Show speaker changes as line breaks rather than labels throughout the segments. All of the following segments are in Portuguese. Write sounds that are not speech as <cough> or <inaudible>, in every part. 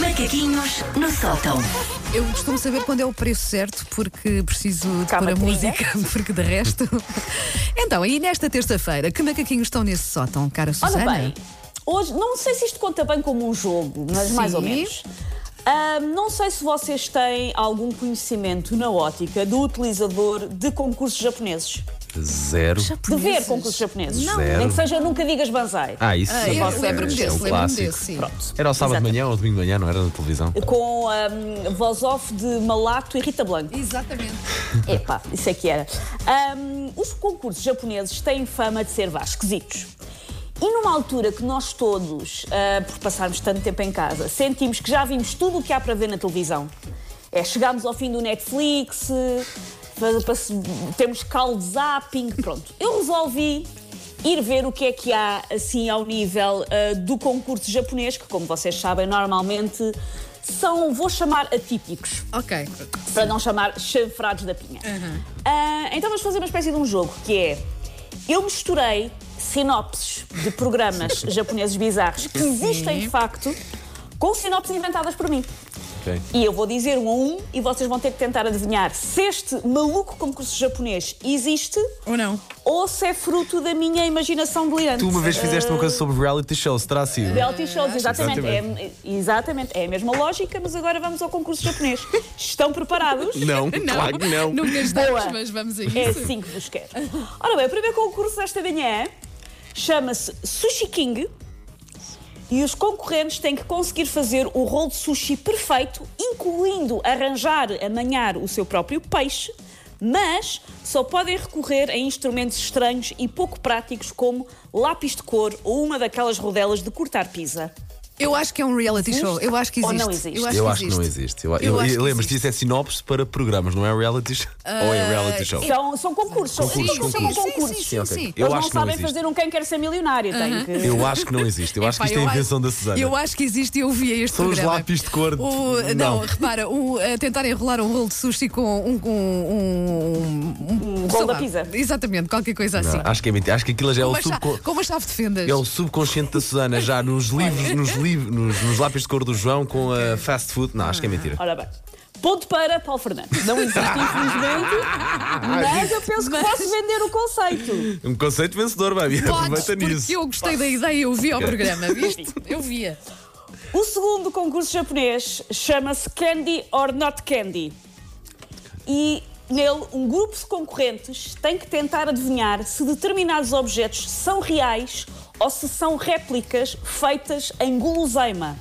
Macaquinhos no sótão.
Eu costumo saber quando é o preço certo, porque preciso de
Calma,
pôr a
que
música, <laughs> porque de resto. Então, e nesta terça-feira, que macaquinhos estão nesse sótão, cara
Ora
Susana?
bem, hoje não sei se isto conta bem como um jogo, mas
Sim.
mais ou menos. Ahm, não sei se vocês têm algum conhecimento na ótica do utilizador de concursos japoneses.
Zero.
De
Japoneses?
ver concursos japoneses.
Não.
Nem
Zero.
que seja Nunca Digas Banzai.
Ah, isso
Ah, eu
é,
lembro-me desse,
é, é um
lembro-me
clássico.
desse, sim.
Era ao sábado de manhã ou domingo de manhã, não era na televisão?
Com ahm, voz off de Malato e Rita Blanco.
Exatamente.
<laughs> Epá, isso é que era. Ahm, os concursos japoneses têm fama de ser vá, esquisitos. E numa altura que nós todos, ah, por passarmos tanto tempo em casa, sentimos que já vimos tudo o que há para ver na televisão. É, chegámos ao fim do Netflix, faz- passe- temos caldo zapping, pronto. Eu resolvi ir ver o que é que há assim ao nível ah, do concurso japonês, que como vocês sabem, normalmente são, vou chamar, atípicos
Ok.
para não chamar chanfrados da pinha.
Uhum.
Ah, então vamos fazer uma espécie de um jogo que é: eu misturei sinopses de
<laughs>
programas japoneses bizarros que existem de facto com sinopses inventadas por mim.
Ok.
E eu vou dizer um a um e vocês vão ter que tentar adivinhar se este maluco concurso japonês existe
Ou não?
ou se é fruto da minha imaginação delirante. Ah,
Tu uma vez fizeste uma coisa sobre reality shows, terá sido?
Reality shows, exatamente. É, exatamente. É a mesma lógica, mas agora vamos ao concurso japonês. Estão preparados?
<laughs>
Não, claro que não.
Nunca estamos,
Boa.
mas vamos a
É
isso.
assim que vos quero. Ora bem, o primeiro concurso desta manhã chama-se Sushi King e os concorrentes têm que conseguir fazer o rolo de sushi perfeito, incluindo arranjar, amanhar o seu próprio peixe, mas só podem recorrer a instrumentos estranhos e pouco práticos como lápis de cor ou uma daquelas rodelas de cortar pizza.
Eu acho que é um reality
Existe
show. Eu acho que
ou
existe.
não existe?
Eu acho que não existe. Eu,
Eu
eu,
acho que
eu lembro
existe. Ah,
disso é sinopse para programas, não é reality show? ou é reality show?
São, são concursos, são-
Concursos,
eles não chamam
concursos.
concursos.
Sim, sim,
Sim, ok.
sim.
Eu
Eles não
acho que não
sabem
existe.
fazer um quem quer ser milionário. Tem que...
Eu acho que não existe. Eu acho que
Epá,
isto é
eu
invenção da Susana.
Eu acho que existe e eu vi este
São os
programa.
lápis de cor de-
O- não.
não.
repara, o, eh, tentar enrolar um rolo de sushi com um. com um, um,
rolo
sei
da
lá,
pizza.
Exatamente, qualquer coisa assim.
Não, acho que é mentira. Acho que aquilo já é
com,
o
uma chave,
subcon...
com uma chave de fendas.
É o subconsciente da Susana, já nos livros, nos, livros nos, nos lápis de cor do João com a fast food. Não, acho que é mentira.
Ora bem. Ponto para Paulo Fernandes. Não existe, infelizmente, mas eu penso que posso vender o conceito.
Um conceito vencedor, <laughs> baby.
Podes,
<laughs> Aproveita nisso.
porque eu gostei da ideia, eu vi ao programa, viste? Eu via.
O segundo concurso japonês chama-se Candy or Not Candy. E nele, um grupo de concorrentes tem que tentar adivinhar se determinados objetos são reais ou se são réplicas feitas em guloseima.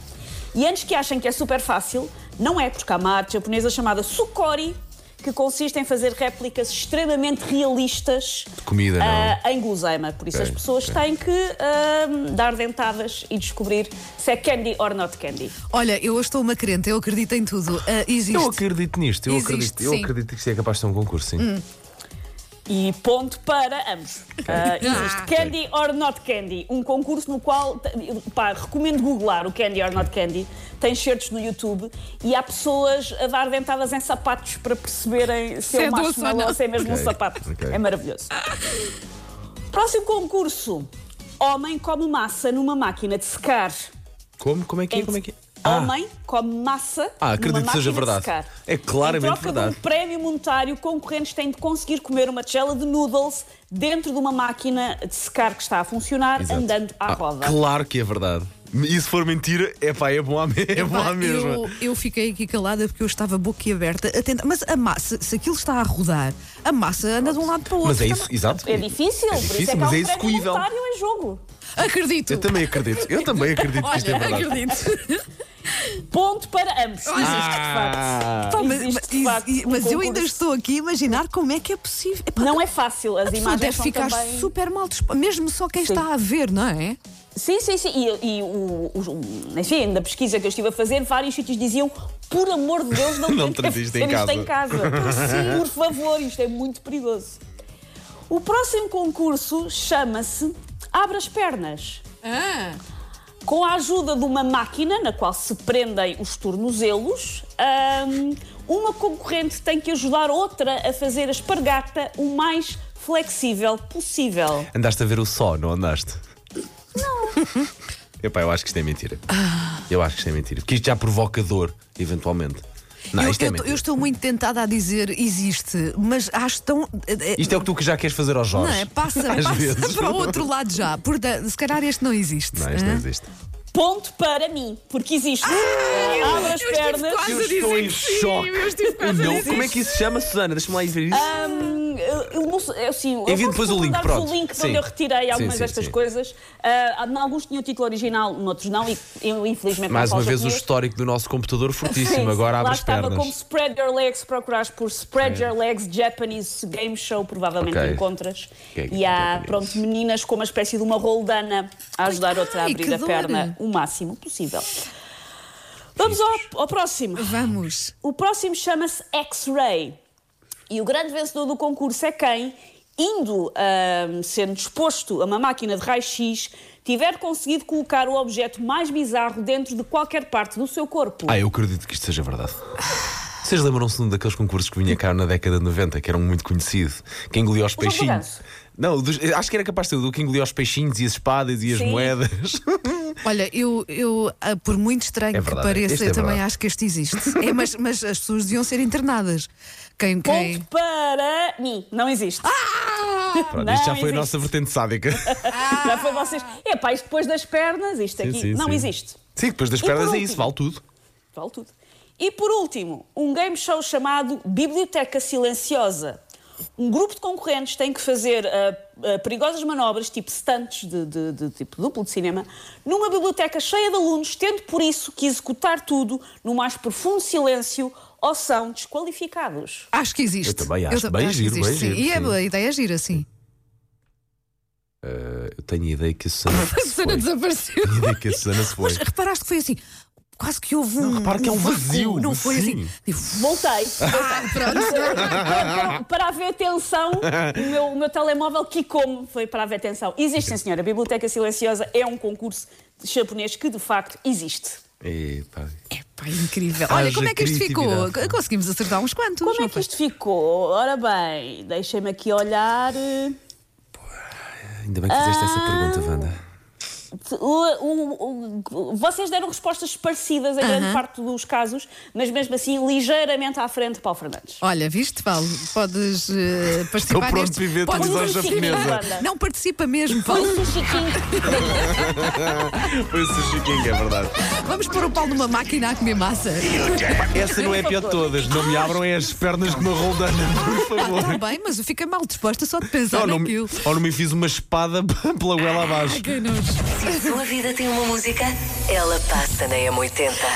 E antes que achem que é super fácil, não é, porque há uma arte japonesa chamada Sukori, que consiste em fazer réplicas extremamente realistas
Comida, não?
ah, em guloseima. Por isso
Ok,
as pessoas
ok.
têm que ah, dar dentadas e descobrir se é candy or not candy.
Olha, eu hoje estou uma crente, eu acredito em tudo. Ah, existe.
Eu acredito nisto, eu
Existe,
acredito, eu
sim. Hum.
acredito que isto é capaz de ser um concurso, sim.
E ponto para ambos. Ah, existe Candy or Not Candy, um concurso no qual, t- pá, recomendo googlar o Candy or Not Candy, tem certos no YouTube e há pessoas a dar dentadas em sapatos para perceberem se
Se
é
é
um
doce ou
marshmallow
não.
ou se é mesmo um
Ok,
sapato.
ok.
É maravilhoso. Próximo concurso. Homem come massa numa máquina de secar.
Como? Como é que é? Como é que é?
Homem come massa
Ah, acredito
numa
que seja
máquina de
verdade.
secar.
É claramente
Em troca
verdade.
de um prémio monetário, concorrentes têm de conseguir comer uma tigela de noodles dentro de uma máquina de secar que está a funcionar,
Exato.
andando à
Ah,
roda.
Claro que é verdade. E se for mentira, é pá, é bom à, me... é bom
Pá,
à mesma.
eu, eu fiquei aqui calada porque eu estava boquiaberta a tentar. Mas a massa, se aquilo está a rodar, a massa anda de um lado para o outro.
Mas é isso,
também.
exato.
É difícil,
É
por isso é
difícil,
que há um
mas é
prémio
execuível.
monetário em jogo.
Acredito.
Eu também acredito,
<laughs>
eu também acredito que isto é
Olha,
verdade.
acredito.
Ponto para ambos. Existe,
Ah.
de facto.
é Pá, mas
Existe, de
mas-
facto,
e-
um
mas eu ainda
concurso.
estou aqui a imaginar como é que é possível. Epá,
Não é fácil, as
a pessoa
imagens
deve
são
ficar
também...
super mal disposta, mesmo só quem
Sim.
está a ver, não é?
Sim, sim, sim. E, e o, o, enfim, na pesquisa que eu estive a fazer, vários sítios diziam: por amor de Deus, <laughs> não,
Não
tentem
traz isto
fazer
em casa."
Isto em casa. <laughs> sim, por favor, isto é muito perigoso. O próximo concurso chama-se Abra as Pernas. Ah. Com a ajuda de uma máquina na qual se prendem os tornozelos, hum, uma concorrente tem que ajudar outra a fazer a espargata o mais flexível possível.
Andaste a ver o só, não andaste? <laughs> Epá, eu acho que isto é mentira.
Ah.
Eu acho que isto é mentira. Porque isto já provoca dor, eventualmente. Não,
eu,
isto é
eu-
mentira.
eu estou muito tentada a dizer existe, mas acho tão. eh, eh,
Isto é o que tu que já queres fazer aos Jorge.
Não é? Passa,
<laughs> Às
passa <laughs>
vezes.
para o outro lado já. Portanto, se calhar este não existe. Ah?
Não, é? isto não
hã?
existe.
Ponto para mim, porque existe. Abra as
eu estive
pernas.
quase-
Eu
Estás a dizer
estou em
que sim,
um choque.
eu estive quase a
Não,
dizer
como é que isso se chama, Susana? Deixa-me lá ir ver isso.
Hum, eu- eu não sei- eu, sim, eu
Envie
posso
depois o link,
mandar-vos
pronto.
o link de
Sim.
onde eu retirei algumas
Sim, sim,
destas
sim.
coisas. Ah, em alguns tinham o título original, noutros não, e eu infelizmente
Mais
não
uma
posso
vez o
recolher.
histórico do nosso computador fortíssimo.
Sim,
Agora abre
Lá
as
estava
pernas.
como Spread Your Legs, procurares por Spread Your Legs Japanese Game Show, provavelmente
Ok.
encontras.
Que é que
e há,
japonês?
pronto, meninas com uma espécie de uma roldana a ajudar outra a
Ai,
abrir
que
a
dor.
perna o máximo possível. Vamos ao, ao próximo.
Vamos.
O próximo chama-se X-Ray. E o grande vencedor do concurso é quem, indo ahm, sendo exposto a uma máquina de raio-x, tiver conseguido colocar o objeto mais bizarro dentro de qualquer parte do seu corpo.
Ah, eu acredito que isto seja verdade. Vocês lembram-se de um daqueles concursos que vinha cá na década de 90, que era um muito conhecido, que engolia os
jogo do
peixinhos?
ganso.
Não, dos- eh, acho que era capaz de ser o do que engolia os peixinhos e as espadas e as
Sim. <laughs>
moedas. <laughs>
Olha, eu, eu ah, por muito estranho
É
que
verdade,
pareça,
este é
eu também
verdade.
acho que este existe. É, mas, mas as pessoas deviam ser internadas. Quem,
Ponto
quem?
para mim. Não existe.
Pronto,
Não
isto já foi a
existe.
nossa vertente sádica.
<laughs> Já foi vocês. Epá, isto depois das pernas, isto aqui.
Sim, sim,
não
sim.
existe.
Sim, depois das
E por
pernas é
último?
isso, vale tudo.
Vale tudo. E por último, um game show chamado Biblioteca Silenciosa. Um grupo de concorrentes tem que fazer ah, ah, perigosas manobras, tipo stunts de, de- de tipo duplo de cinema, numa biblioteca cheia de alunos, tendo por isso que executar tudo no mais profundo silêncio ou são desqualificados.
Acho que existe.
Eu também acho,
também
bem giro,
que existe,
bem
sim.
giro,
E é
sim.
boa, a ideia é gira, sim.
Eh, eu tenho a ideia que
<laughs>
a Susana se foi.
Susana
Tenho
desapareceu.
a ideia que a Susana se foi.
Mas reparaste que foi assim. Quase que houve um.
repara que é um
vácuo,
vazio,
Não foi
sim.
assim. Tipo,
Voltei.
ah, pronto.
Para- para haver tensão, o meu, o meu telemóvel quicou-me. Foi para haver tensão. Existe, sim, senhora. A Biblioteca Silenciosa é um concurso japonês que, de facto, existe.
Epá.
É
Epá, incrível. Olha,
Haja
como é que isto ficou?
criatividade.
Conseguimos acertar uns quantos.
Como
não
é que
foi?
isto ficou? Ora bem, deixem-me aqui olhar. eh,
Ainda bem que fizeste essa pergunta, Wanda.
O- o- o- vocês deram respostas parecidas a grande parte dos casos, mas mesmo assim ligeiramente à frente, Paulo Fernandes.
Olha, viste, Paulo? Podes
<laughs> É
eh, participar
pronto
neste...
para ir ver
Podes-
televisão
japonesa.
Não participa mesmo,
Foi
Paulo.
o Sushi King.
Foi o Sushi King, é verdade.
Vamos pôr o Paulo numa máquina a comer massa.
Essa não é a pior de todas. Não me abram é as pernas que me roldana, por favor.
Está Tá bem, mas eu fiquei mal disposta só de pensar
Ou não, me-
naquilo.
ou não me fiz uma espada <laughs> pela goela abaixo.
Ai, que nojo.
Se a sua vida tem uma música, ela passa na M80.